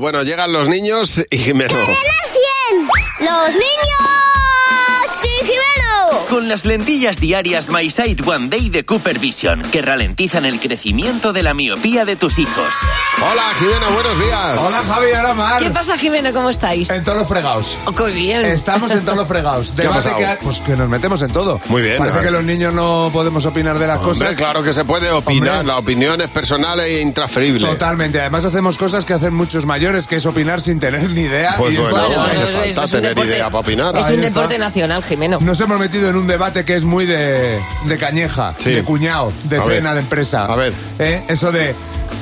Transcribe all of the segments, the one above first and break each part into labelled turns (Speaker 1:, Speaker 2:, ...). Speaker 1: Bueno, llegan los niños y Jimeno.
Speaker 2: ¡Los niños! ¡Sí, Jimeno!
Speaker 3: Con las lentillas diarias My Sight One Day de Cooper Vision, que ralentizan el crecimiento de la miopía de tus hijos.
Speaker 1: Hola, Jimeno, buenos días.
Speaker 4: Hola Javi, hola Mar.
Speaker 5: ¿Qué pasa, Jimeno? ¿Cómo estáis?
Speaker 4: En todos los fregados.
Speaker 5: Oh, qué bien.
Speaker 4: Eh, Estamos en todos los fregados.
Speaker 1: ¿Qué
Speaker 4: De
Speaker 1: ha
Speaker 4: base
Speaker 1: pasado?
Speaker 4: que, pues que nos metemos en todo.
Speaker 1: Muy bien,
Speaker 4: Parece
Speaker 1: ¿no?
Speaker 4: que los niños no podemos opinar de las
Speaker 1: Hombre,
Speaker 4: cosas.
Speaker 1: claro que se puede opinar.
Speaker 4: Hombre.
Speaker 1: La opinión es personal e intransferible.
Speaker 4: Totalmente. Además hacemos cosas que hacen muchos mayores, que es opinar sin tener ni idea.
Speaker 1: Pues
Speaker 4: y es
Speaker 1: bueno,
Speaker 4: guay.
Speaker 1: no hace
Speaker 5: eso-
Speaker 1: falta
Speaker 5: eso es un
Speaker 1: tener idea para opinar.
Speaker 5: Es
Speaker 4: Ahí
Speaker 5: un
Speaker 4: está.
Speaker 5: deporte nacional, Jimeno.
Speaker 4: Nos hemos metido en un debate que es muy de, de cañeja,
Speaker 1: Sí.
Speaker 4: de cuñado, de
Speaker 1: A ver.
Speaker 4: cena, de empresa.
Speaker 1: A ver.
Speaker 4: ¿Eh? Eso de,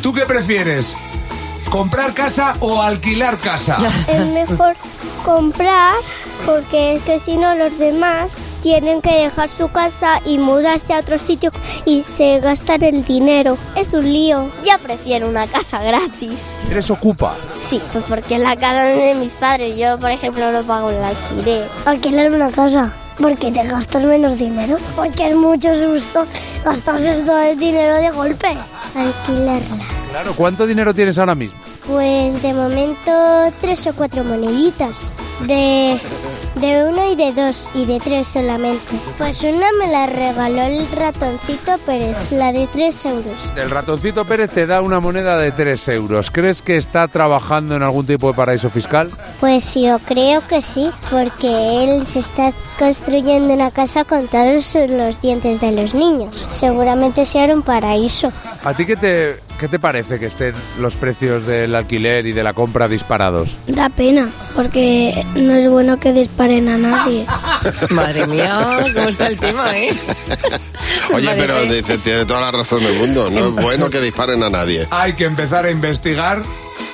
Speaker 4: ¿tú qué prefieres? ¿Comprar casa o alquilar casa?
Speaker 6: es mejor comprar porque es que si no los demás tienen que dejar su casa y mudarse a otro sitio y se gastan el dinero. Es un lío. Yo prefiero una casa gratis.
Speaker 4: ¿Eres ocupa?
Speaker 6: Sí, pues porque es la casa de mis padres. Yo, por ejemplo, no pago el alquiler. Alquilar una casa. Porque te gastas menos dinero. Porque es mucho susto gastarse todo el dinero de golpe. Alquilarla.
Speaker 4: Claro, ¿cuánto dinero tienes ahora mismo?
Speaker 6: Pues de momento tres o cuatro moneditas. De, de uno y de dos y de tres solamente. Pues una me la regaló el ratoncito Pérez, la de tres euros.
Speaker 4: El ratoncito Pérez te da una moneda de 3 euros. ¿Crees que está trabajando en algún tipo de paraíso fiscal?
Speaker 6: Pues yo creo que sí, porque él se está construyendo una casa con todos los dientes de los niños. Seguramente sea un paraíso.
Speaker 4: ¿A ti qué te, qué te parece que estén los precios del alquiler y de la compra disparados?
Speaker 6: Da pena, porque no es bueno que disparen a nadie.
Speaker 5: Madre mía, ¿cómo está el tema, eh?
Speaker 1: Oye, pero
Speaker 5: Parece-
Speaker 1: dice, tiene toda la razón del mundo. No es bueno que disparen a nadie.
Speaker 4: Hay que empezar a investigar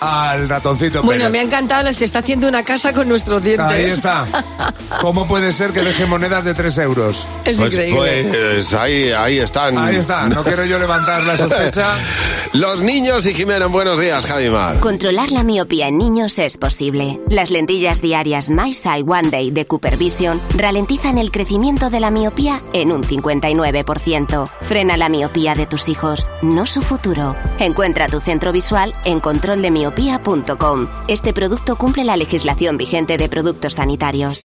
Speaker 4: al ratoncito
Speaker 5: Bueno, me ha
Speaker 4: Pérez.
Speaker 5: encantado, se está haciendo una casa con nuestros dientes.
Speaker 4: Ahí está. ¿Cómo puede ser que deje monedas de 3 euros?
Speaker 5: Es
Speaker 1: Pues,
Speaker 5: increíble.
Speaker 1: pues, ahí, ahí están.
Speaker 4: Ahí está. No quiero yo levantar la sospecha.
Speaker 1: Los niños y Jimeno, buenos días, Javi Mar.
Speaker 7: Controlar la miopía en niños es posible. Las lentillas diarias My Sight One Day de Cooper Vision ralentizan el crecimiento de la miopía en un 59%. Frena la miopía de tus hijos, no su futuro. Encuentra tu centro visual en controldemiopía.com. Este producto cumple la legislación vigente de productos sanitarios.